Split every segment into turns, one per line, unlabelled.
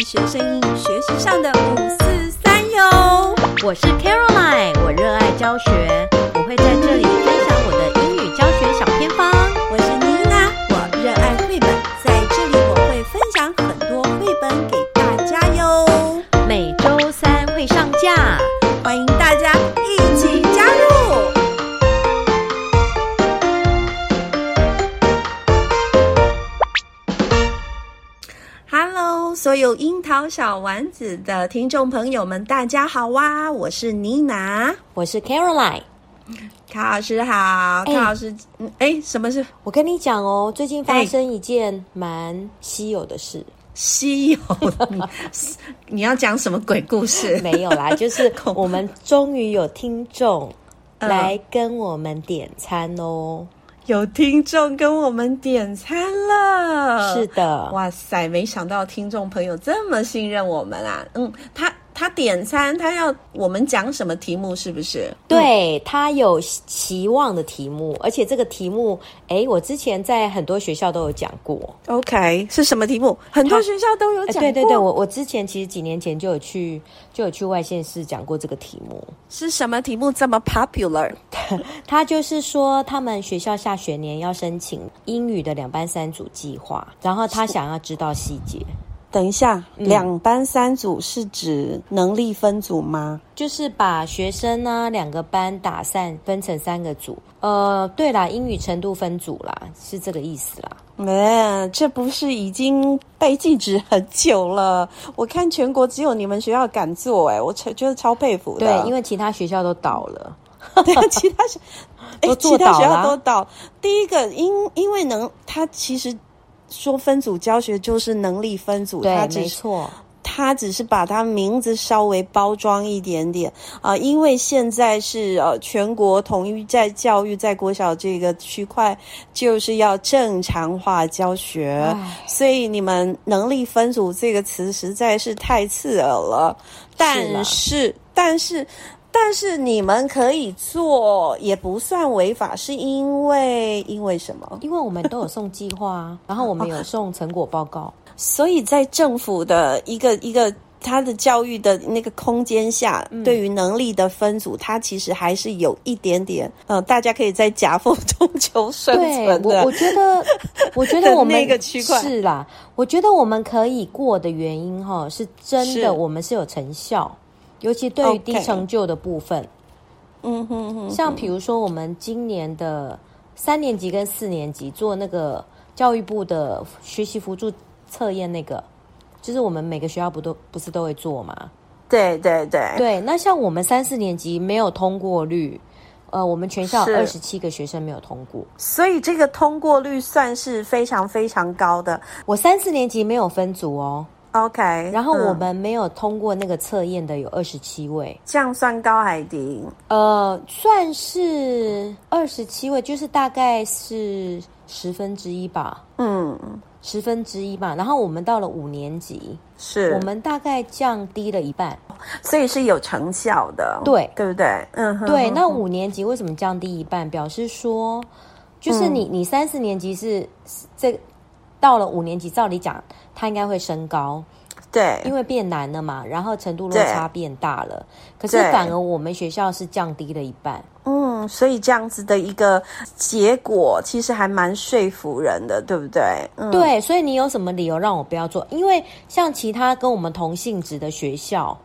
医学生英语学习上的五四三哟。
我是 Caroline，我热爱教学，我会在这里分享我的英语教学小偏方。
我是妮娜，我热爱绘本，在这里我会分享很多绘本给大家哟，
每周三会上架。
欢迎大家一起加入。Hello，所有樱桃小丸子的听众朋友们，大家好哇！我是妮娜，
我是 Caroline，
卡老师好，
哎
卡老师，嗯，哎，什么是
我跟你讲哦，最近发
哎
生一件蛮稀有的事，
稀有？你 你要讲什么鬼故事？
没有 啦，就是我们终于有听众
嗯
来跟我们点餐哦。
有听众跟我们点餐了，
是的
哇塞，没想到听众朋友这么信任我们啊！嗯，他他点餐，他要我们讲什么题目？是不是？嗯
对他有期望的题目，而且这个题目，哎，我之前在很多学校都有讲过。
，OK，是什么题目？很多学校都有
哎，
讲过，
对对对，我我之前其实几年前就有去就有去外县市讲过这个题目。
是什么题目这么 popular？
他就是说，他们学校下学年要申请英语的两班三组计划，然后他想要知道细节，
等一下，两班三组是指能力分组吗？
就是把学生呢两个班打散，分成三个组。呃，对啦，英语程度分组啦，是这个意思啦。
没，哎这不是已经被禁止很久了？我看全国只有你们学校敢做、哎，我超觉得超佩服的。
对，因为其他学校都倒了。
对，啊其他学，哎、
都做
其他学
到啦
校都倒。第一个，因因为能，他其实说分组教学就是能力分组，
对
嗯他，
没
只是
错。
他只是把他名字稍微包装一点点啊、因为现在是呃全国统一在教育在国小这个区块就是要正常化教学
唉，
所以你们能力分组这个词实在是太刺耳了。但是，但是。但是你们可以做，也不算违法，是因为因为什么？
因为我们都有送计划啊，然后我们有送成果报告。
所以在政府的一个一个他的教育的那个空间下，对于能力的分组，它其实还是有一点点，呃，大家可以在夹缝中求生
对
存
我，
的
我。觉 得，我觉得我们
的那个区块
是啦。我觉得我们可以过的原因哈，是真
是
的，我们是有成效，尤其对于
OK
低成就的部分。
嗯哼哼，
像比如说，我们今年的三年级跟四年级做那个教育部的学习辅助测验，那个就是我们每个学校不都不是都会做吗？
对对对，
对，那像我们三四年级没有通过率，呃，我们全校
是
二十七个学生没有通过。
所以这个通过率算是非常非常高的。
我三四年级没有分组哦，
OK，
然后我
嗯、
们没有通过那个测验的有二十七位，
这样算高还低？
呃，算是二十七位，就是大概是十分之一吧，
嗯，
十分之一吧。然后我们到了五年级，
是嗯
我们大概降低了一半。
所以是有成效的，
对
对不对？嗯哼，
对，那五年级为什么降低一半？表示说，就是
嗯
你、你三四年级是是这到了五年级，照理讲它应该会升高，
对，
因为变难了嘛，然后程度落
对
差变大了。可是
对
反而我们学校是降低了一半。
嗯，所以这样子的一个结果，其实还蛮说服人的，对不对？嗯，
对，所以你有什么理由让我不要做？因为像其他跟我们同性质的学校，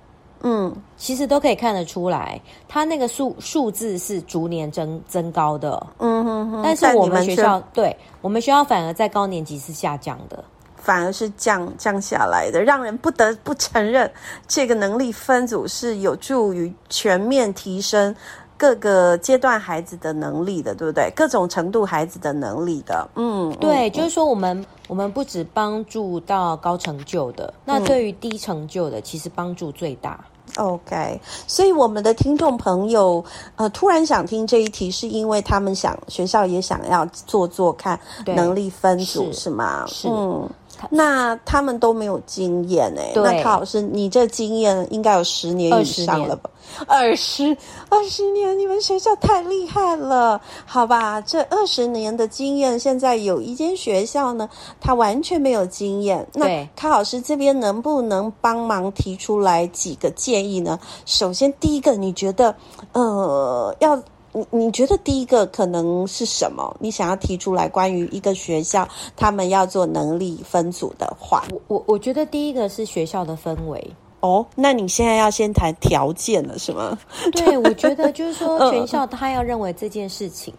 嗯，
其实都可以看得出来，它那个数数字是逐年增增高的。
嗯哼哼。
但是
但
我
你们
学
却
校，对我们学校反而在高年级是下降的。
反而是降降下来的，让人不得不承认，这个能力分组是有助于全面提升各个阶段孩子的能力的，对不对？各种程度孩子的能力的，嗯，嗯
对，就是说我们我们不只帮助到高成就的，那
嗯
对于低成就的，其实帮助最大。
OK，所以我们的听众朋友，呃，突然想听这一题，是因为他们想学校也想要做做看
对
能力分组，
是
是吗？
是
嗯，那他们都没有经验哎、
对
那卡老师，你这经验应该有十年以上了吧？二十二十年，你们学校太厉害了，好吧？这二十年的经验，现在有一间学校呢，他完全没有经验。那
对
卡老师这边能不能帮忙提出来几个建议呢？首先，第一个，你觉得，呃，要你你觉得第一个可能是什么？你想要提出来关于一个学校他们要做能力分组的话，
我我我觉得第一个是学校的氛围，
哦，那你现在要先谈条件了，是吗？
对我觉得就是说
嗯
全校他要认为这件事情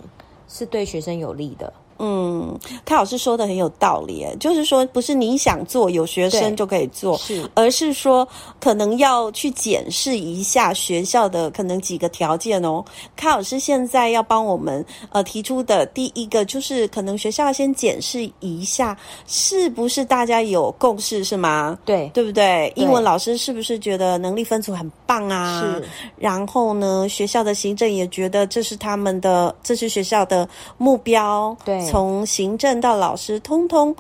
是对学生有利的，
嗯，他老师说的很有道理耶，就是说不是你想做有学生
对
就可以做，
是
而是说可能要去检视一下学校的可能几个条件哦。卡老师现在要帮我们呃提出的第一个就是，可能学校要先检视一下是不是大家有共识，是吗？
对，
对不对？
对
英文老师是不是觉得能力分组很棒啊？
是。
然后呢，学校的行政也觉得这是他们的，这是学校的目标。
对
从行政到老师，通通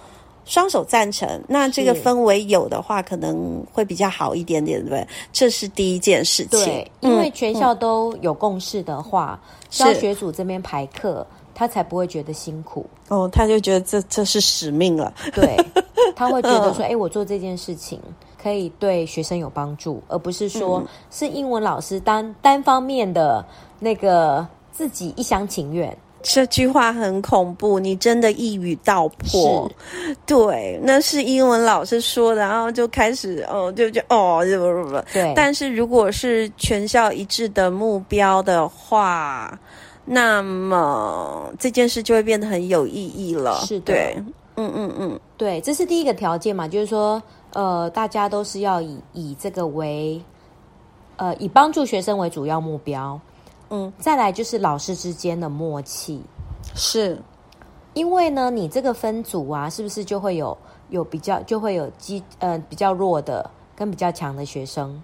双手赞成。那这个
是
氛围有的话，可能会比较好一点点，对不对？这是第一件事情。
对，
嗯
因为全校都有共识的话，
是
教学组这边排课，他才不会觉得辛苦。
哦，他就觉得这这是使命了。
对，他会觉得
嗯
说，哎、我做这件事情可以对学生有帮助，而不是说
嗯
是英文老师单单方面的那个自己一厢情愿。
这句话很恐怖，你真的一语道破。对，那是英文老师说的，然后就开始哦，就就哦，就不不不。
对，
但是如果是全校一致的目标的话，那么这件事就会变得很有意义了。
是的
对，嗯嗯嗯，
对，这是第一个条件嘛，就是说，呃，大家都是要以以这个为，呃，以帮助学生为主要目标。
嗯，
再来就是老师之间的默契。
是
因为呢，你这个分组啊，是不是就会有有比较，就会有基呃比较弱的跟比较强的学生？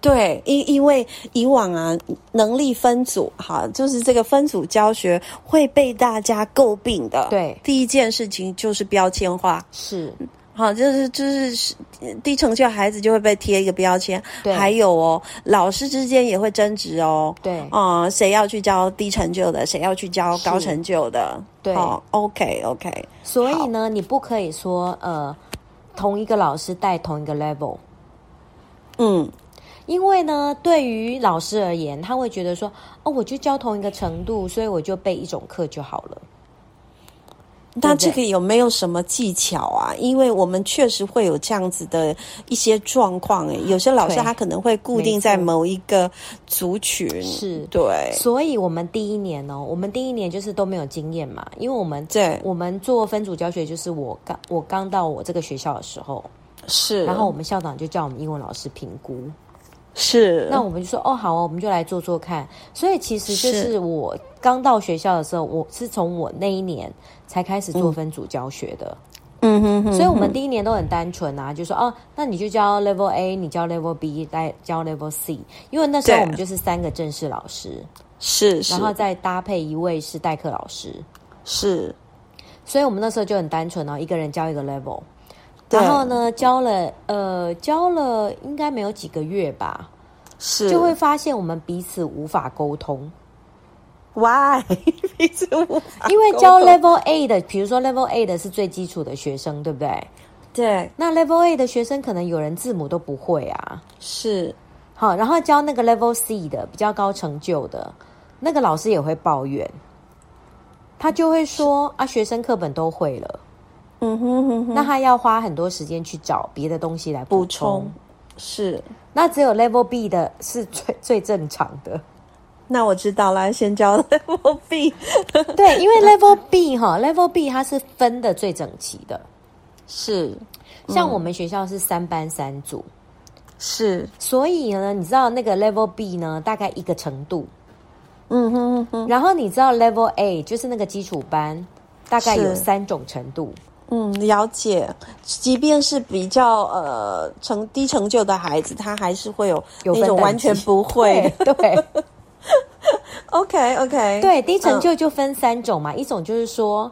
对，因因为以往啊，能力分组哈，就是这个分组教学会被大家诟病的。，
对，
第一件事情就是标签化。
是，
好，就是就是呃低成就孩子就会被贴一个标签，
对
还有哦，老师之间也会争执哦，
对，
啊、谁要去教低成就的，谁要去教
是
高成就的，
对
哦，OK OK，
所以呢，你不可以说呃，同一个老师带同一个 level，
嗯，
因为呢，对于老师而言，他会觉得说，哦，我就教同一个程度，所以我就备一种课就好了。
那
对不对
这个有没有什么技巧啊？因为我们确实会有这样子的一些状况，诶，有些老师
对
他可能会固定
没错
在某一个族群，
是
对
所以我们第一年哦，我们第一年就是都没有经验嘛，因为我们
对
我们做分组教学，就是我刚我刚到我这个学校的时候，
是，
然后我们校长就叫我们英文老师评估，
是
那我们就说哦好啊，我们就来做做看。所以其实就是是我刚到学校的时候，我是从我那一年才开始做分组教学的，
嗯哼哼，
所以我们第一年都很单纯啊，就说哦，那你就教 Level A，你教 Level B，再教 Level C，因为那时候
对
我们就是三个正式老师，
是是
然后再搭配一位是代课老师，
是，
所以我们那时候就很单纯哦，一个人教一个 level。
对
然后呢，教了呃，教了应该没有几个月吧，
是
就会发现我们彼此无法沟通，
Why？彼 此无法
因为
啊沟
教
通
Level A 的，比如说 Level A 的是最基础的学生，对不对？
对
那 Level A 的学生可能有人字母都不会啊。
是
好，然后教那个 Level C 的比较高成就的，那个老师也会抱怨，他就会说啊，学生课本都会了，
嗯哼哼哼
那他要花很多时间去找别的东西来
补
补充
充。是。
那只有 Level B 的是最 最正常的，
那我知道了， 先教 level B
对， 因为 Level B 哈，Level B 它是分的最整齐的，
是
像我们学校是三班三组，
是，
所以呢，你知道那个 Level B 呢，大概一个程度，
嗯哼哼哼，
然后你知道 Level A 就是那个基础班，大概有
是
三种程度，
嗯，了解。即便是比较呃成低成就的孩子，他还是会有
有
那
分
种
等
完全
级
不会的。
对对
OK OK，嗯
对，低成就就分三种嘛，一种就是说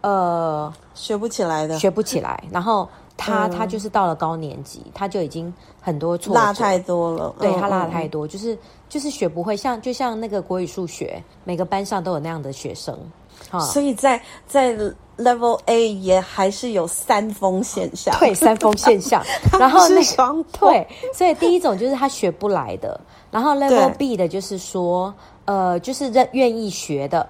呃
学不起来的，
学不起来，然后
嗯
他、他就是到了高年级，他就已经很多挫折，
落太多了，
对
嗯
他落
嗯
太多，就是就是学不会，像就像那个国语数学，每个班上都有那样的学生，哈、
所以在在 Level A 也还是有三风现象，，
对，三峰现象 然后
是
那个
双峰
对，所以第一种就是他学不来的，然后 Level B 的就是说，呃，就是认愿意学的，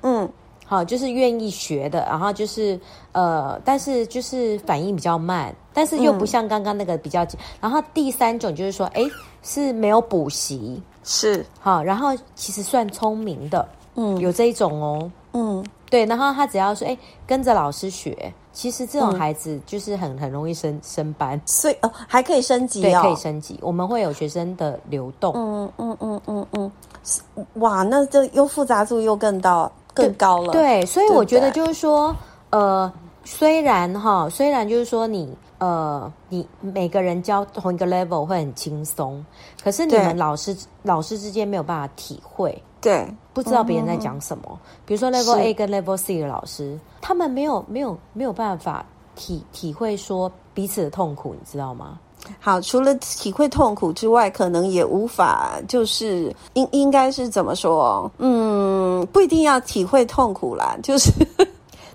嗯，
好，就是愿意学的，然后就是呃，但是就是反应比较慢，但是又
嗯
不像刚刚那个比较急。然后第三种就是说，哎，是没有补习，
是，
好，然后其实算聪明的，
嗯
有这一种哦，
嗯，
对，然后他只要说，哎，跟着老师学，其实这种
嗯
孩子就是很很容易升升班，
所以哦还可以升级
对，
哦，
可以升级，我们会有学生的流动，
嗯嗯嗯嗯嗯，是哇，那这又复杂度又更高更高了，
对，所以
对
我觉得
对
就是说，呃，虽然哈，虽然就是说你呃，你每个人教同一个 level 会很轻松，可是你
对
们老师老师之间没有办法体会，
对
不知道别人在讲什么。比如说 level
哦是
A 跟 level C 的老师，他们没有没有没有办法体体会说彼此的痛苦，你知道吗？
好，除了体会痛苦之外，可能也无法，就是应应该是怎么说？嗯，不一定要体会痛苦啦，就是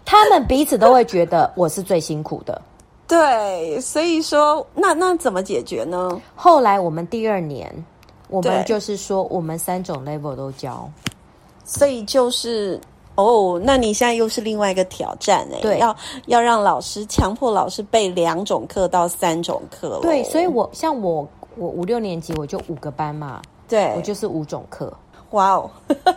他们彼此都会觉得我是最辛苦的。
对，所以说，那那怎么解决呢？
后来我们第二年，我
对
们就是说我们三种 level 都教。
所以就是。哦，那你现在又是另外一个挑战哎、
对
要要让老师强迫老师背两种课到三种课咯
对，所以我像我我五六年级我就五个班嘛，
对，
我就是五种课。
哇哦，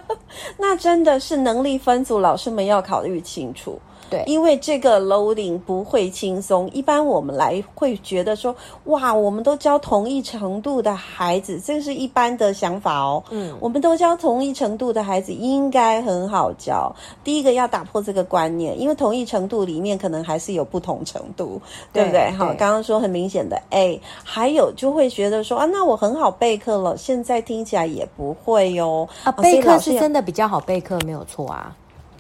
那真的是能力分组，老师们要考虑清楚。
对
因为这个 loading 不会轻松。一般我们来会觉得说，哇，我们都教同一程度的孩子，这是一般的想法哦。
嗯，
我们都教同一程度的孩子，应该很好教。第一个要打破这个观念，因为同一程度里面可能还是有不同程度，对
对
不对？
对
好，刚刚说很明显的 A，还有就会觉得说啊，那我很好备课了，现在听起来也不会哦哟、
啊，
所以
备课
老师
是
也
真的比较好备课，没有错啊。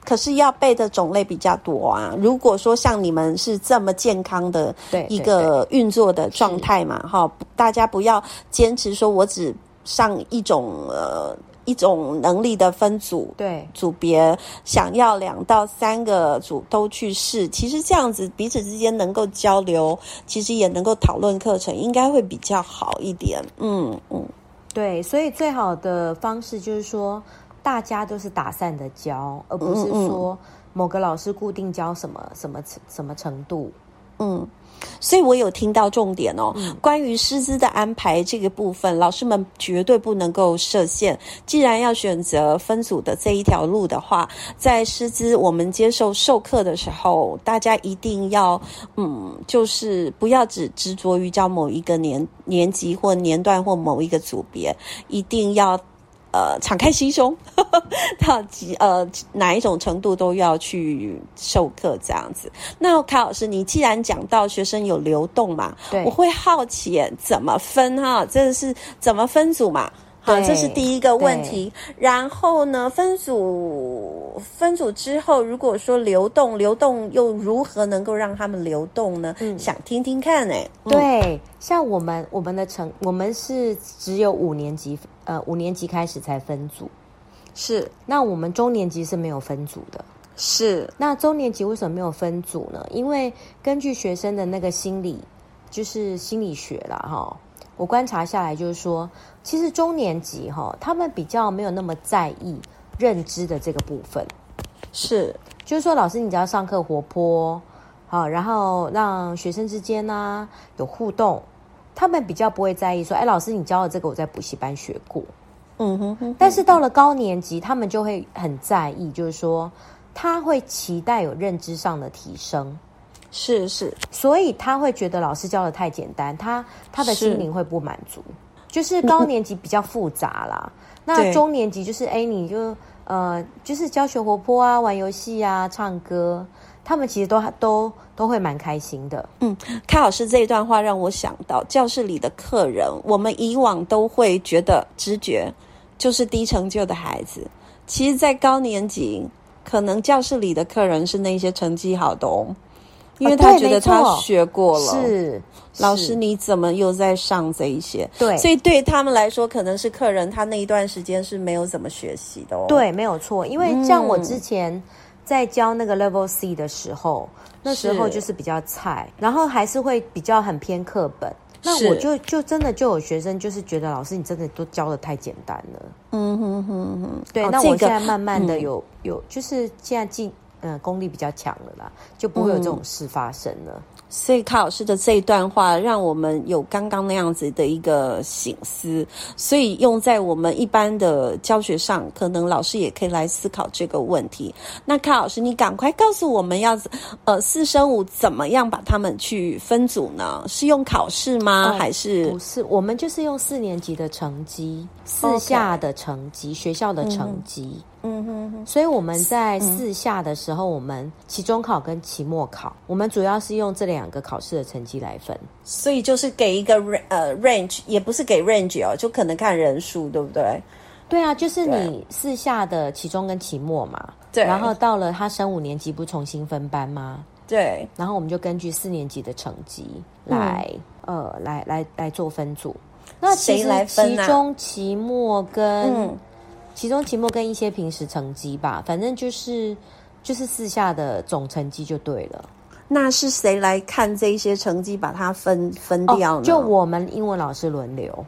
可是要备的种类比较多啊。如果说像你们是这么健康的
对
一个运作的状态嘛，哈，大家不要坚持说我只上一种呃一种能力的分组。
对
组别想要两到三个组都去试，其实这样子彼此之间能够交流，其实也能够讨论课程，应该会比较好一点。嗯嗯，
对，所以最好的方式就是说，大家都是打散的教，而不是
嗯
说某个老师固定教什么什么什么程度。
嗯，所以我有听到重点哦，关于师资的安排这个部分，老师们绝对不能够设限。既然要选择分组的这一条路的话，在师资我们接受授课的时候，大家一定要，嗯，就是不要只执着于教某一个年年级或年段或某一个组别，一定要。呃，敞开心胸， 到几呃哪一种程度都要去授课这样子。那凯老师，你既然讲到学生有流动嘛，
对
我会好奇耶怎么分哈，这是怎么分组嘛？好，
对
这是第一个问题。然后呢，分组分组之后，如果说流动，流动又如何能够让他们流动呢？
嗯
想听听看哎、嗯，
对，像我们我们的成我们是只有五年级，呃，五年级开始才分组。
是
那我们中年级是没有分组的，
是，
那中年级为什么没有分组呢？因为根据学生的那个心理，就是心理学啦，哈，我观察下来就是说，其实中年级哈，他们比较没有那么在意认知的这个部分，
是
就是说老师你只要上课活泼，好，然后让学生之间呢、有互动，他们比较不会在意说，哎，老师你教的这个我在补习班学过，
嗯哼哼，
但是到了高年级，他们就会很在意，就是说他会期待有认知上的提升，
是是
所以他会觉得老师教的太简单，他他的
是
心灵会不满足。就是高年级比较复杂啦， 那
对
中年级就是哎，你就呃，就是教学活泼啊，玩游戏啊，唱歌，他们其实都都都会蛮开心的。
凯老师这一段话让我想到，教室里的客人，我们以往都会觉得直觉就是低成就的孩子，其实，在高年级可能教室里的客人是那些成绩好的哦，因为他
呃对
觉得
没
他
错
学过了。
是
老
是
师，你怎么又在上这一些？
对
所以对他们来说，可能是客人他那一段时间是没有怎么学习的哦。，
对，没有错，因为像我之前在教那个 Level C 的时候，那时候
嗯是
就是比较菜，然后还是会比较很偏课本。那我
是
就就真的就有学生就是觉得老师你真的都教的太简单了，
嗯哼哼哼，
对。
哦
那
这
我
个嗯
现在慢慢的有、有就是现在进嗯、呃、功力比较强了啦，就不会有
嗯
这种事发生了。
所以卡老师的这一段话，让我们有刚刚那样子的一个醒思，所以用在我们一般的教学上，可能老师也可以来思考这个问题。那卡老师，你赶快告诉我们要，呃，四升五怎么样把他们去分组呢？是用考试吗？
哦
还是哦
不是，我们就是用四年级的成绩、四
OK
下的成绩、学校的成绩。
嗯哼哼，嗯
所以我们在四下的时候，我们期中考跟期末考，我们主要是用这两个考试的成绩来分。
所以就是给一个 ra- 呃 range，也不是给 range 哦，就可能看人数，对不对？
对啊，就是你四下的期中跟期末嘛。
对
然后到了他升五年级，不重新分班吗？
对，
然后我们就根据四年级的成绩来、
嗯
呃来来来做分组。那其
谁
实
来分
期
啊
中、期末跟、
嗯
期中、期末跟一些平时成绩吧，反正就是就是四下的总成绩就对了。
那是谁来看这些成绩，把它分分掉呢？
哦就我们英文老师轮流，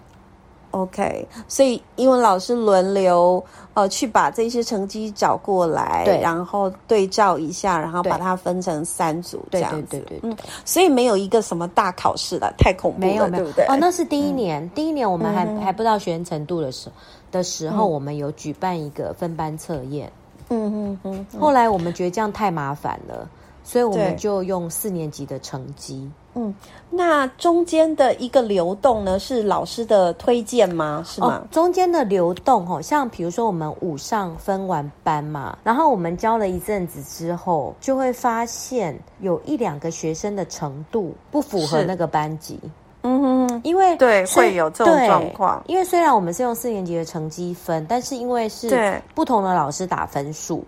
OK，所以英文老师轮流呃去把这些成绩找过来，
对
然后对照一下，然后
对
把它分成三组这
对
样
对
子。
对对，
嗯，所以没有一个什么大考试了，太恐怖
没有
了，
没
对
有
不对？嗯
哦，那是第一年，第一年我们还、还不到学员程度的时的时
嗯
候，我们有举办一个分班测验，
嗯嗯嗯，
后来我们觉得这样太麻烦了，所以我
对
们就用四年级的成绩。
那中间的一个流动呢，是老师的推荐吗？是吗？
哦，中间的流动哦，像比如说我们五上分完班嘛，然后我们教了一阵子之后，就会发现有一两个学生的程度不符合
是
那个班级，
嗯哼哼。
因为
对
虽
会有这种
对
状况
因为虽然我们是用四年级的成绩分，但是因
对
为是不同的老师打分数，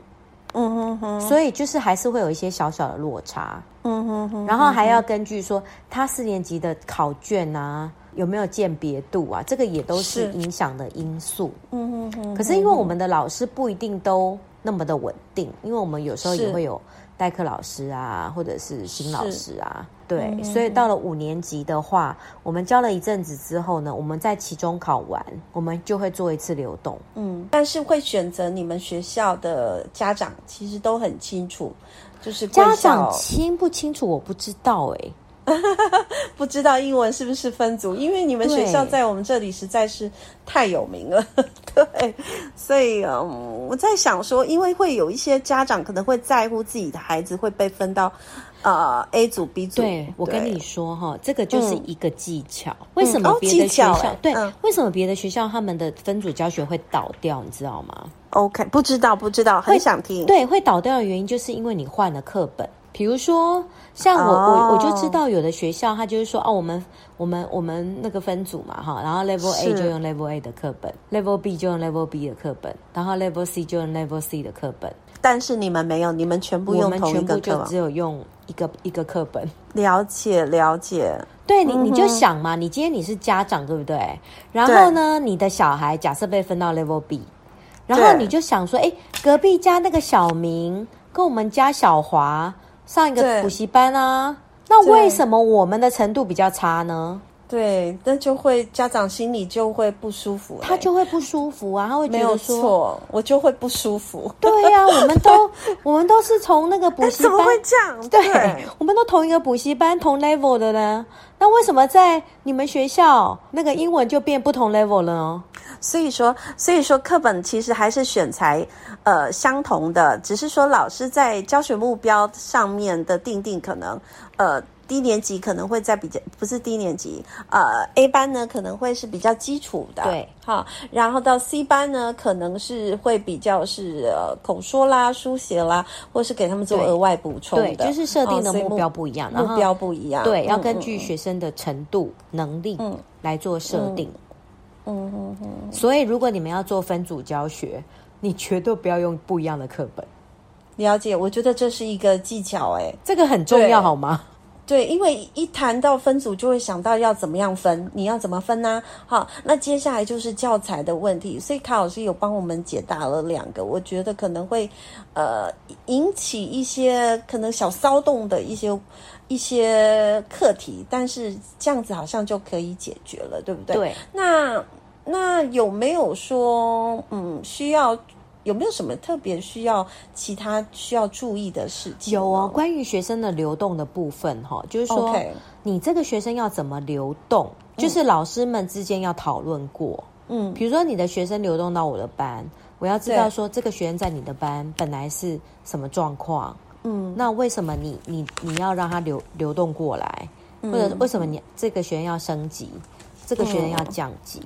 嗯哼哼，
所以就是还是会有一些小小的落差。
嗯哼哼，
然后还要根据说他四年级的考卷啊有没有鉴别度啊，这个也都是
是
影响的因素。
嗯哼哼，
可是因为我们的老师不一定都那么的稳定，因为我们有时候
是
也会有代课老师啊，或者是新老
是
师啊，
嗯
对，所以到了五年级的话，我们教了一阵子之后呢，我们在期中考完，我们就会做一次流动。
嗯，但是会选择你们学校的家长其实都很清楚，就是贵
家
校
长清不清楚我不知道哎、
不知道英文是不是分组，因为你们
对
学校在我们这里实在是太有名了， 对，所以嗯，我在想说，因为会有一些家长可能会在乎自己的孩子会被分到呃 A 组、B 组，
对，我跟你说哈，这个就是一个技巧。为什
嗯
么
哦
别的
技
学
巧
校、
哎
对、
嗯
为什么别的学校他们的分组教学会倒掉，你知道吗？
OK，不知道不知道，很想听，
对，会倒掉的原因就是因为你换了课本。比如说，像我、
哦
我我就知道有的学校，他就是说，哦，我们我们我们那个分组嘛，哈，然后 Level A
是
就用 Level A 的课本，Level B 就用 Level B 的课本，然后 Level C 就用 Level C 的课本，
但是你们没有，你们全部
我
用
们
同一
全
个
部
课啊
就只
本，
有用一个一个课本。
了解了解，
对你，你就想嘛，你今天你是家长，对不对？然后呢，你的小孩假设被分到 Level B，然后
对
你就想说，哎，隔壁家那个小明跟我们家小华上一
对
个补习班啊，那
对
为什么我们的程度比较差呢？
对，那就会家长心里就会不舒服嘞，
他就会不舒服啊，他会
没
觉
有
得说，
错，我就会不舒 服。
对呀、我 们都我们都是从那个补习
怎
班
么会这样？
哎 对，我们都同一个补习班、同 level 的呢，那为什么在你们学校那个英文就变不同 level 了呢？
所以说，所以说课本其实还是选材呃相同的，只是说老师在教学目标上面的定定可能呃。低年级可能会在比较不是低年级，呃，A 班呢可能会是比较基础的，
对，
好，然后到 C 班呢可能是会比较是呃口说啦、书写啦，或是给他们做
对
额外补充
对，
的，
就是设定
哦
的
所以
目标不一样，然
目
后
标不一样，
对，要
嗯
根据学生的程度、能力来做设定。
嗯嗯嗯，
所以，如果你们要做分组教学，你绝对不要用不一样的课本。
了解，我觉得这是一个技巧、欸，哎，
这个很重要好吗？
对，因为一谈到分组，就会想到要怎么样分，你要怎么分呢、好，那接下来就是教材的问题，所以卡老师有帮我们解答了两个，我觉得可能会，呃，引起一些可能小骚动的一些一些课题，但是这样子好像就可以解决了，对不对？。
对，
那那有没有说，嗯，需要有没有什么特别需要其他需要注意的事情呢？
有哦。关于学生的流动的部分哈，就是说
OK，
你这个学生要怎么流动，就是老师们之间要讨论过。
嗯，
比如说你的学生流动到我的班，我要知
对
道说这个学生在你的班本来是什么状况，
嗯，
那为什么你你你要让他流流动过来，
嗯
或者为什么你这个学生要升级，这个学生要降级？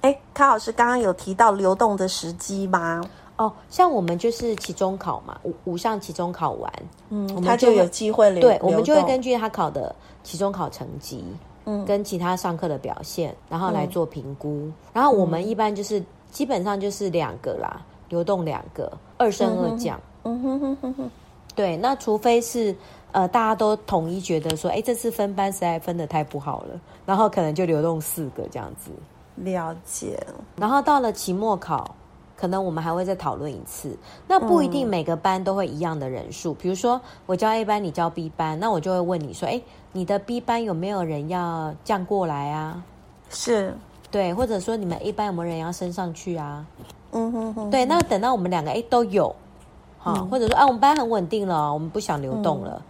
哎，卡老师刚刚有提到流动的时机吗？
哦，像我们就是期中考嘛，五五项期中考完，嗯，我
他
们
就
就
有
有
机会流，
对，我们就会
流动
根据他考的期中考成绩，嗯，跟其他上课的表现，然后来
嗯
做评估。然后我们一般就是、基本上就是两个啦，流动两个，二升二降。
嗯哼哼哼哼，
对，那除非是呃大家都统一觉得说，哎，这次分班实在分的太不好了，然后可能就流动四个这样子。
了解，
然后到了期末考，可能我们还会再讨论一次。那不一定
嗯
每个班都会一样的人数，比如说我教 A 班，你教 B 班，那我就会问你说，哎，你的 B 班有没有人要降过来啊？
是，
对，或者说你们 A 班有没有人要升上去啊？
嗯哼哼，
对，那等到我们两个哎都有，哈、或者说啊我们班很稳定了，我们不想流动了，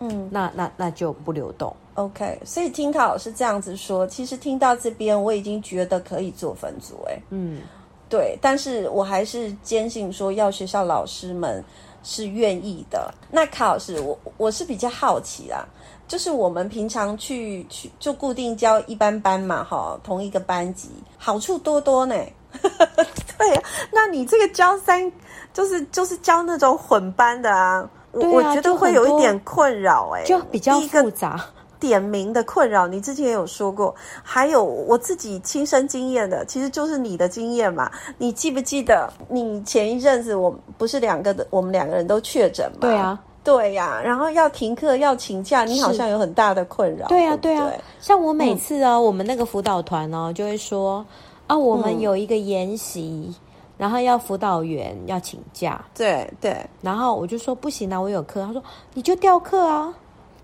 嗯
那那那就不流动。
，OK。所以听卡老师这样子说，其实听到这边我已经觉得可以做分组、哎，
嗯，
对，但是我还是坚信说要学校老师们是愿意的。那卡老师，我我是比较好奇啦，就是我们平常去去就固定教一般班嘛，哈，同一个班级，好处多多呢。 对啊，那你这个教三就是就是教那种混班的啊，我
对啊
我觉得
就
会
很
有一
多
点困扰哎、
就比较
第一个
复杂。
点名的困扰，你之前也有说过，还有我自己亲身经验的，其实就是你的经验嘛。你记不记得你前一阵子我们不是两个的，我们两个人都确诊嘛？
对，啊，
对呀、然后要停课要请假，你好像有很大的困扰。
对
呀、
啊，
对
啊
不对。
像我
嗯
每次哦，我们那个辅导团哦，就会说啊，我
嗯
们有一个研习，然后要辅导员要请假，
对对
然后我就说不行啊，我有课。他说你就调课啊。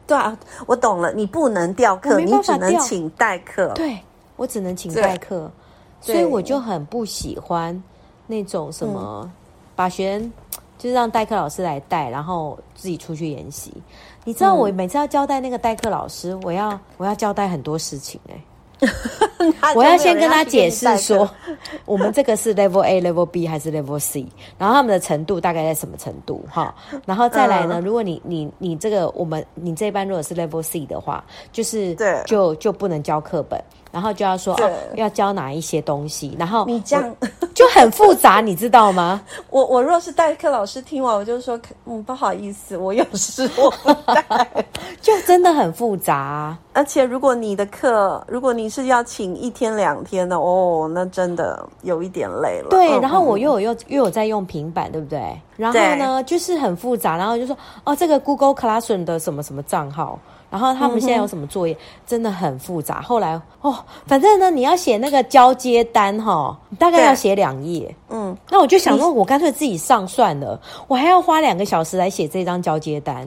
对啊，我懂了，你不能调课，
我没
你
办
只
法
能
调
请代课。
对我只能请
对
代课，所以
对嗯
我就很不喜欢那种什么、把学生就是让代课老师来带，然后自己出去研习。你
嗯
知道我每次要交代那个代课老师，我要我要交代很多事情哎、
那就
我
没有
要
人
先跟他
去你
解释
代课
说，我们这个是 level A、level B 还是 level C，然后他们的程度大概在什么程度哈，然后再来呢，
嗯
如果你你你这个我们你这一班如果是 level C 的话，就是
对
就就不能教课本，然后就要说
对
哦要教哪一些东西，然后
你这样。
我就很复杂，你知道吗？
我我若是代课老师，听完我就说，嗯，不好意思，我有事，我不代。
就真的很复杂啊、
而且如果你的课，如果你是要请一天两天的哦，那真的有一点累了。
对，
嗯
然后我又有又又有在用平板，对不对？然后呢，就是很复杂，然后就说哦，这个 Google Classroom 的什么什么账号，然后他们现在有什么作业，真的很复杂。后来哦，反正呢，你要写那个交接单哈、你大概
对
要写两页。
嗯，
那我就想说，我干脆自己上算了，我还要花两个小时来写这张交接单。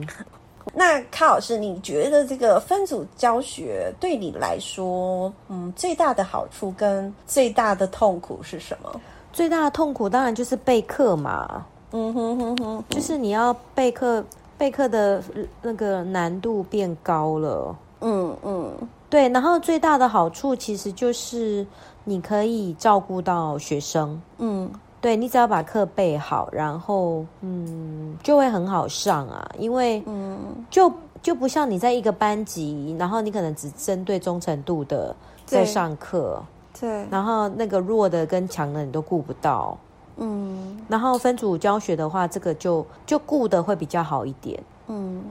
那卡老师，你觉得这个分组教学对你来说，嗯，最大的好处跟最大的痛苦是什么？
最大的痛苦当然就是备课嘛，
嗯哼哼哼，
就是你要备课，备课的呃那个难度变高了。
嗯嗯，
对，然后最大的好处其实就是你可以照顾到学生，
嗯，
对你只要把课备好，然后嗯，就会很好上啊，因为嗯，就就不像你在一个班级，然后你可能只针对忠诚度的在
对
上课，
对，
然后那个弱的跟强的你都顾不到，
嗯
然后分组教学的话，这个就就顾的会比较好一点，
嗯。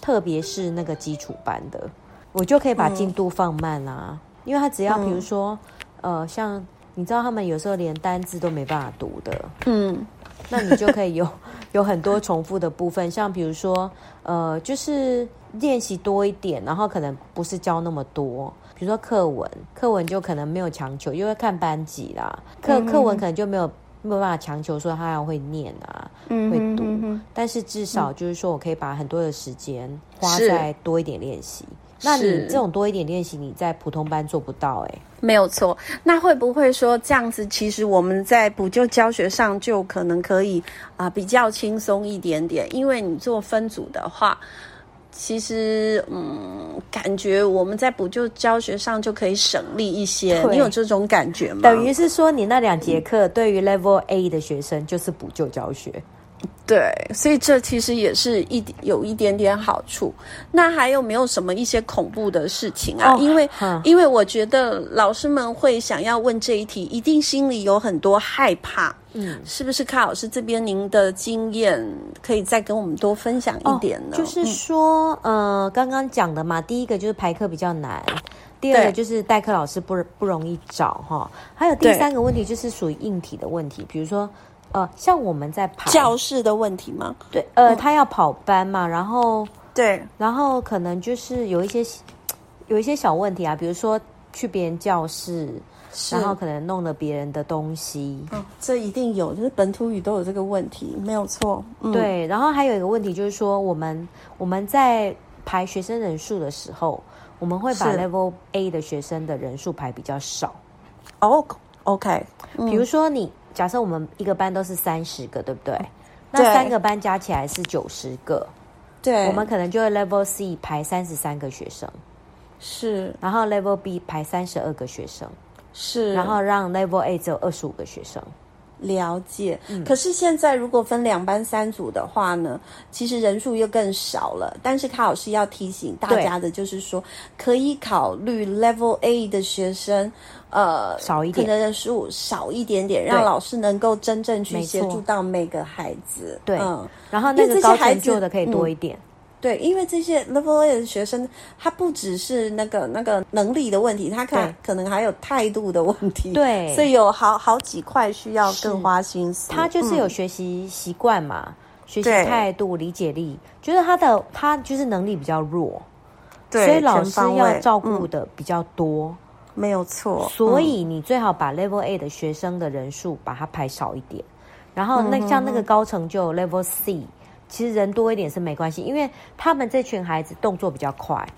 特别是那个基础班的，我就可以把进度放慢啦、因为他只要比如说，呃，像你知道他们有时候连单字都没办法读的，
嗯，
那你就可以有 有很多重复的部分，像比如说，呃，就是练习多一点，然后可能不是教那么多，比如说课文，课文就可能没有强求，因为看班级啦，课课文可能就没有没有办法强求说他要会念啊，
嗯
会
哼
读
嗯哼
但是至少就是说我可以把很多的时间花
是
在多一点练习。那你
是
这种多一点练习，你在普通班做不到哎、
没有错，那会不会说这样子？其实我们在补救教学上就可能可以啊、比较轻松一点点，因为你做分组的话，其实嗯，感觉我们在补救教学上就可以省力一些。
对
你有这种感觉吗？
等于是说你那两节课对于 Level A 的学生就是补救教学。
对，所以这其实也是一有一点点好处。那还有没有什么一些恐怖的事情啊？
哦
因为
哈
因为我觉得老师们会想要问这一题，一定心里有很多害怕。
嗯，
是不是卡老师这边您的经验可以再跟我们多分享一点呢？
哦就是
嗯
说，呃，刚刚讲的嘛，第一个就是排课比较难，第二
对
个就是代课老师不不容易找哈，还有第
对
三个问题就是属于硬体的问题，比如说，呃，像我们在排
教室的问题吗？
对，呃，他要跑班嘛，然后
对，
然后可能就是有一些有一些小问题啊，比如说去别人教室，
是
然后可能弄了别人的东西。
嗯这一定有，就是本土语都有这个问题，没有错。嗯，
对，然后还有一个问题就是说，我们我们在排学生人数的时候，我们会把
是
Level A 的学生的人数排比较少。
哦、o k
比如说你假设我们一个班都是三十个，对不对？
嗯
那
对
三个班加起来是九十个，
对，
我们可能就会 Level C 排三十三个学生，
是
然后 Level B 排三十二个学生，
是，
然后让 Level A 只有二十五个学生。
了解。
嗯
可是现在如果分两班三组的话呢，其实人数又更少了。但是卡老师要提醒大
对
家的就是说，可以考虑 Level A 的学生，呃，
少一点
可能人数少一点点，让
对
老师能够真正去
没
协
错
助到每个孩子。
对，
嗯。
然后
因
那
为
个
这些
高
孩
成
子嗯
就的可以多一点。
对，因为这些 Level A 的学生，他不只是那个那个能力的问题，他看
对
可能还有态度的问题。
对
所以有好好几块需要
是
更花心思。
他就是
嗯
有学习习惯嘛，学习
对
态度、理解力，就是他的他就是能力比较弱，
对
所以老
全
师
方
要
位
照
嗯
顾的比较多。
没有错，
所
嗯
以你最好把 Level A 的学生的人数把它排少一点，然后
嗯
那像那个高成就 Level C，其实人多一点是没关系，因为他们这群孩子动作比较快，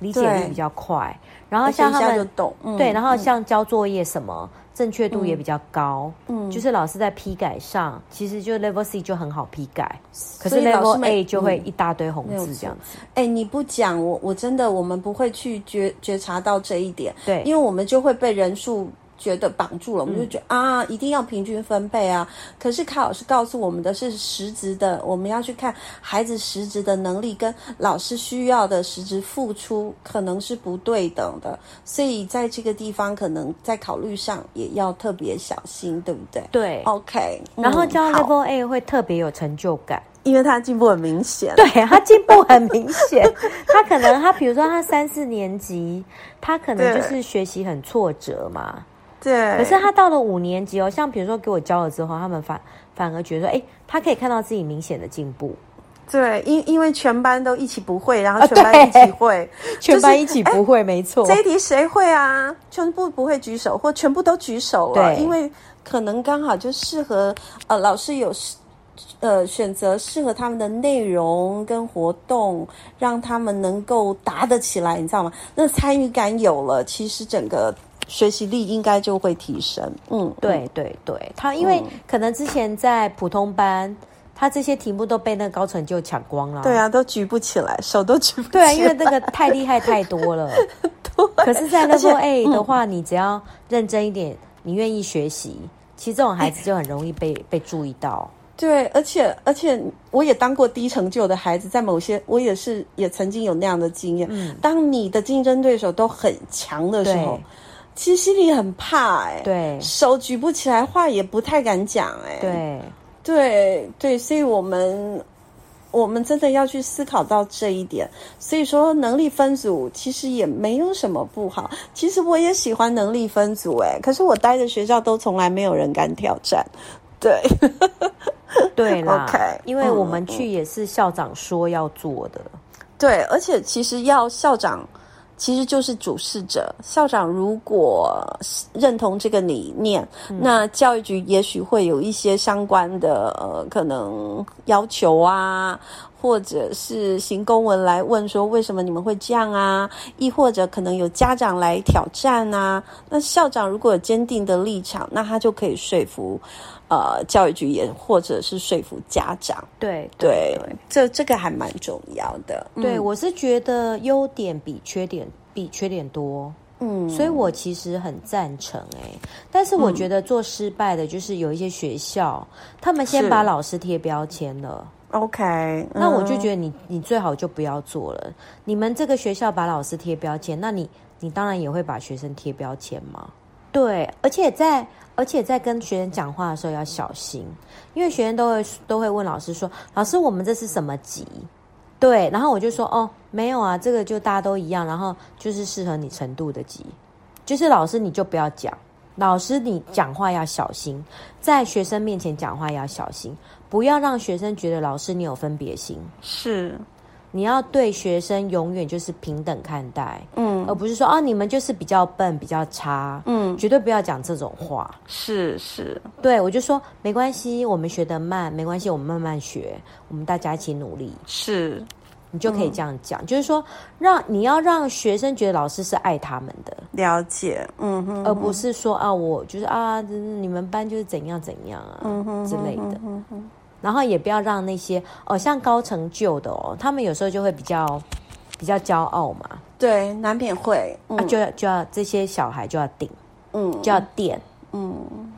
理解力
对
比较快，然后
而且
像
一
他
下
们
就懂，嗯
对，然后像交作业什么，正确度也比较高。嗯，就是老师在批改上，其实就 Level C 就很好批改，可是
所以老师
Level
们
A 就会
嗯
一大堆红
没有
字这
错
样子。
哎、你不讲我，我真的我们不会去觉觉察到这一点，
对嗯
因为我们就会被人数觉得绑住了，我们就觉得、啊，一定要平均分配啊。可是卡老师告诉我们的是实质的，我们要去看孩子实质的能力跟老师需要的实质付出可能是不对等的，所以在这个地方可能在考虑上也要特别小心，对不对
对，
？OK，
然后
哦嗯
教
好
Level A 会特别有成就感。
因为他进步很明显。
对 他进步很明显，他可能他比如说他三四年级，他可能就
对
是学习很挫折嘛，
对，
可是他到了五年级哦，像比如说给我教了之后，他们反反而觉得说，哎，他可以看到自己明显的进步。
对，因因为全班都一起不会，然后
啊
全班一起会，
全班一起
就是哎
不会，没 错。
这一题谁会啊？全部不会举手，或全部都举手了，
对
因为可能刚好就适合呃老师有适呃选择适合他们的内容跟活动，让他们能够答得起来，你知道吗？那参与感有了，其实整个学习力应该就会提升。嗯，
对啊对对，他因为可能之前在普通班，他这些题目都被那个高成就抢光了。
对啊，都举不起来，手都举不起
对
来。
啊，因为那个太厉害太 多了。可是，在
而且嗯
Level A 的话，你只要认真一点，你愿意学习，其实这种孩子就很容易被被注意到。
对，而且而且我也当过低成就的孩子，在某些我也是也曾经有那样的经验。当你的竞争对手都很强的时候
嗯对，
其实心里很怕哎、
对
手举不起来，话也不太敢讲哎、
对
对对，所以我们我们真的要去思考到这一点。所以说，能力分组其实也没有什么不好。其实我也喜欢能力哎分组、诶，可是我待的学校都从来没有人敢挑战。对，
对啦
OK，
因为我们
嗯
去也是校长说要做的，
对，而且其实要校长其实就是主事者，校长如果认同这个理念，那教育局也许会有一些相关的呃可能要求啊。或者是行公文来问说为什么你们会这样啊？亦或者可能有家长来挑战啊？那校长如果有坚定的立场，那他就可以说服，呃，教育局也或者是说服家长。
对
对，这这个还蛮重要的。嗯
对，我是觉得优点比缺点比缺点多，
嗯，
所以我其实很赞成哎、但是我觉得做失败的就是有一些学校，他们先
是
把老师贴标签了，
OK，
那我就
嗯
觉得你你最好就不要做了。你们这个学校把老师贴标签，那你你当然也会把学生贴标签嘛。对，而且在而且在跟学生讲话的时候要小心，因为学生都会都会问老师说：“老师，我们这是什么级？”对，然后我就说：“哦，没有啊，这个就大家都一样，然后就是适合你程度的级，就是老师你就不要讲，老师你讲话要小心，在学生面前讲话要小心，不要让学生觉得老师你有分别心，
是，
你要对学生永远就是平等看待，
嗯
而不是说啊你们就是比较笨、比较差，
嗯，
绝对不要讲这种话。
是是，
对，我就说没关系，我们学得慢，没关系，我们慢慢学，我们大家一起努力，
是
你就可
嗯
以这样讲，就是说让你要让学生觉得老师是爱他们的，
了解，嗯哼，
而不是说啊我就是啊你们班就是怎样怎样啊、
嗯
之类的。然后也不要让那些哦，像高成就的哦，他们有时候就会比较比较骄傲嘛，
对，难免会，嗯、
啊，就要就要这些小孩就要顶，
嗯，
就要垫，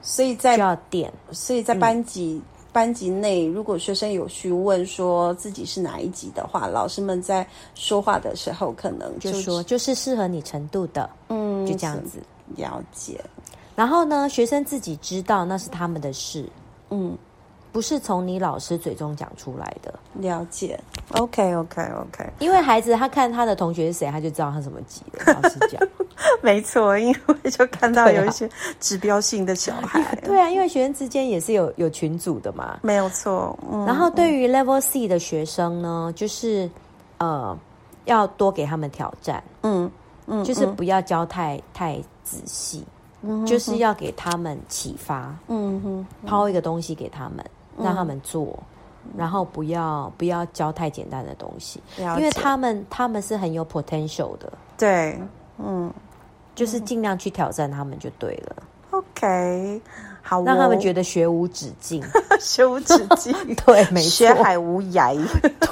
所以
就
在
要垫，
所以在班级、班级内，如果学生有询问说自己是哪一级的话，老师们在说话的时候可能
就
就
说就是适合你程度的，
嗯，
就这样子。
了解，
然后呢，学生自己知道那是他们的事，
嗯，
不是从你老师嘴中讲出来的。
了解，OK OK OK，
因为孩子他看他的同学是谁，他就知道他什么级的。老师讲，
没错，因为就看到
对啊
有一些指标性的小孩，
对啊，因为学生之间也是有有群组的嘛。
没有错，嗯，
然后对于 Level C 的学生呢，就是呃，要多给他们挑战，
嗯嗯，
就是不要教太太仔细，就是要给他们启发，
嗯哼，
抛一个东西给他们，让他们做。
嗯
然后不要不要教太简单的东西，
了
因为
解
他们他们是很有 potential 的，
对，嗯。
就是尽量去挑战他们就对了，
OK，好、哦，
让他们觉
得
得学无止 境。
学无止境，
对， 没错
学，海无 涯。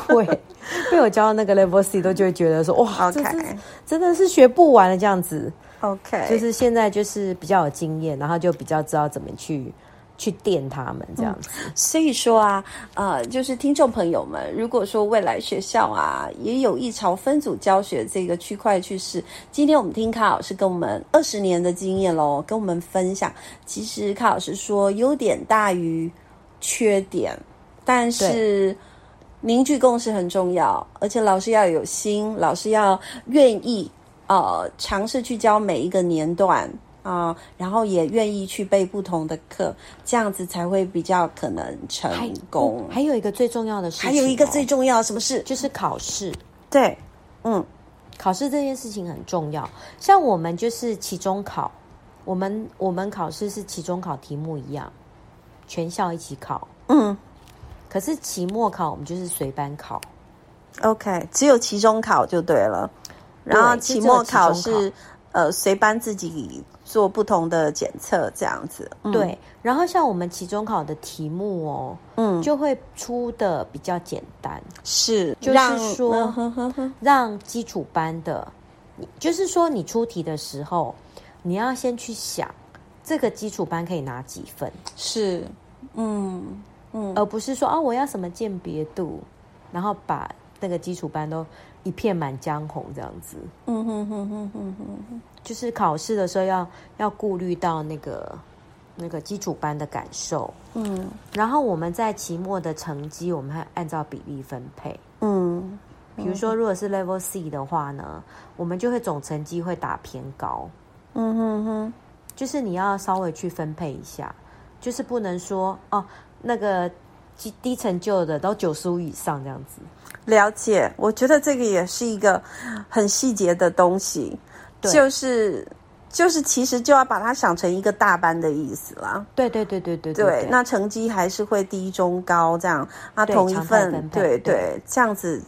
对， 被我教到那个 level C 都就会觉得说，哇，
OK
真是真的是学不完的这样子。
OK，
就是现在就是比较有经验，然后就比较知道怎么去去垫他们这样子。
所以说啊，呃，就是听众朋友们，如果说未来学校啊也有意朝分组教学这个区块去试，今天我们听卡老师跟我们二十年的经验喽，跟我们分享，其实卡老师说优点大于缺点，但是。凝聚共识很重要，而且老师要有心，老师要愿意呃尝试去教每一个年段啊、然后也愿意去备不同的课，这样子才会比较可能成功。
还有一个最重要的事情哦、
还有嗯一个最重要的什么事？哦
就是考试，
对，嗯，
考试这件事情很重要。像我们就是期中考，我们我们考试是期中考题目一样，全校一起考。
嗯
可是期末考我们就是随班考，
，OK，只有期中考就对了，然后
对
期末考
就只有期
是呃随班自己做不同的检测这样子。嗯，
对。然后像我们期中考的题目哦，
嗯，
就会出的比较简单，
是
就是
让
说
嗯哼哼哼
让基础班的，你就是说你出题的时候，你要先去想这个基础班可以拿几分，
是，嗯嗯，
而不是说啊我要什么鉴别度，然后把那个基础班都一片满江红这样子。
嗯哼哼哼哼哼。
就是考试的时候要要顾虑到那个那个基础班的感受，
嗯
然后我们在期末的成绩，我们还按照比例分配。
嗯
比如说，如果是 Level C 的话呢，我们就会总成绩会打偏高。
嗯哼哼，
就是你要稍微去分配一下，就是不能说哦，那个低低成就的到九十五以上这样子。
了解，我觉得这个也是一个很细节的东西，
对
就是就是其实就要把它想成一个大班的意思啦。
对对对对对
对，那成绩还是会低中高这样，啊，
对
同一
常态
份
分，配
对
对
对，这样子，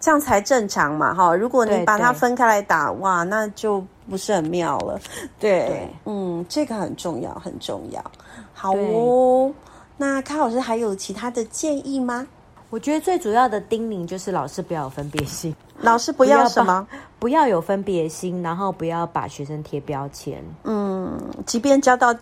这样才正常嘛，哈。如果你
对
把它
对
分开来打，哇，那就不是很妙了。对，
对
嗯，这个很重要，很重要。好
对
哦，那康老师还有其他的建议吗？
我觉得最主要的叮咛就是老师不要有分别心，
老师不
不要
要什
把
么，
不要有分别心，然后不要把学生贴标签。
即便教到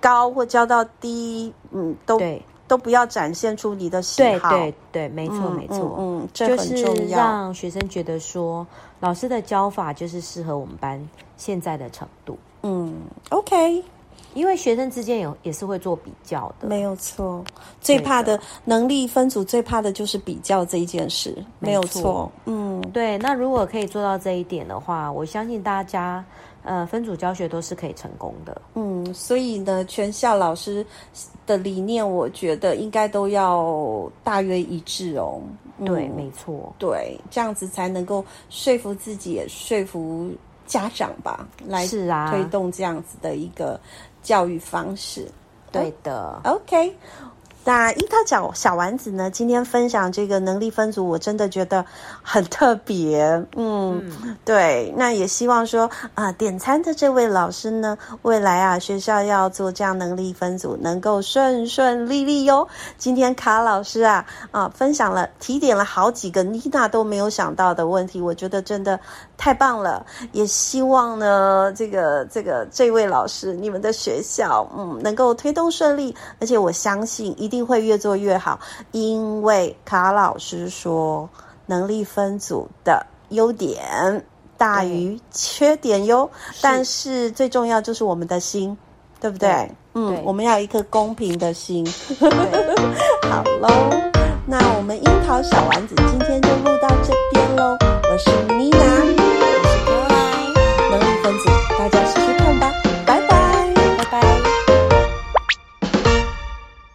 高或教到低，嗯，都
对
都不要展现出你的喜
对
好。
对对，没错
嗯
没错。
嗯嗯，这
就
很
是
重要。
让学生觉得说，老师的教法就是适合我们班现在的程度，
嗯，OK。
因为学生之间有也是会做比较的，
没有错，最怕的能力分组最怕的就是比较这一件事，没有
错
错。嗯，
对，那如果可以做到这一点的话，我相信大家，呃，分组教学都是可以成功的。
嗯，所以呢，全校老师的理念，我觉得应该都要大约一致哦。嗯
对，没错，
对，这样子才能够说服自己，也说服家长吧，来
是啊
推动这样子的一个教育方式。
对的，
OK，那樱桃小小丸子呢？今天分享这个能力分组，我真的觉得很特别。嗯，对。那也希望说啊、点餐的这位老师呢，未来啊，学校要做这样能力分组，能够顺顺利利哟。今天卡老师啊啊，分享了提点了好几个妮娜都没有想到的问题，我觉得真的太棒了。也希望呢，这个这个这位老师，你们的学校嗯能够推动顺利，而且我相信一定会越做越好，因为卡老师说能力分组的优点大于缺点哟，但是最重要就是我们的心，对不对？
对
嗯
对，
我们要有一颗公平的心。
嗯对
好喽，那我们樱桃小丸子今天就录到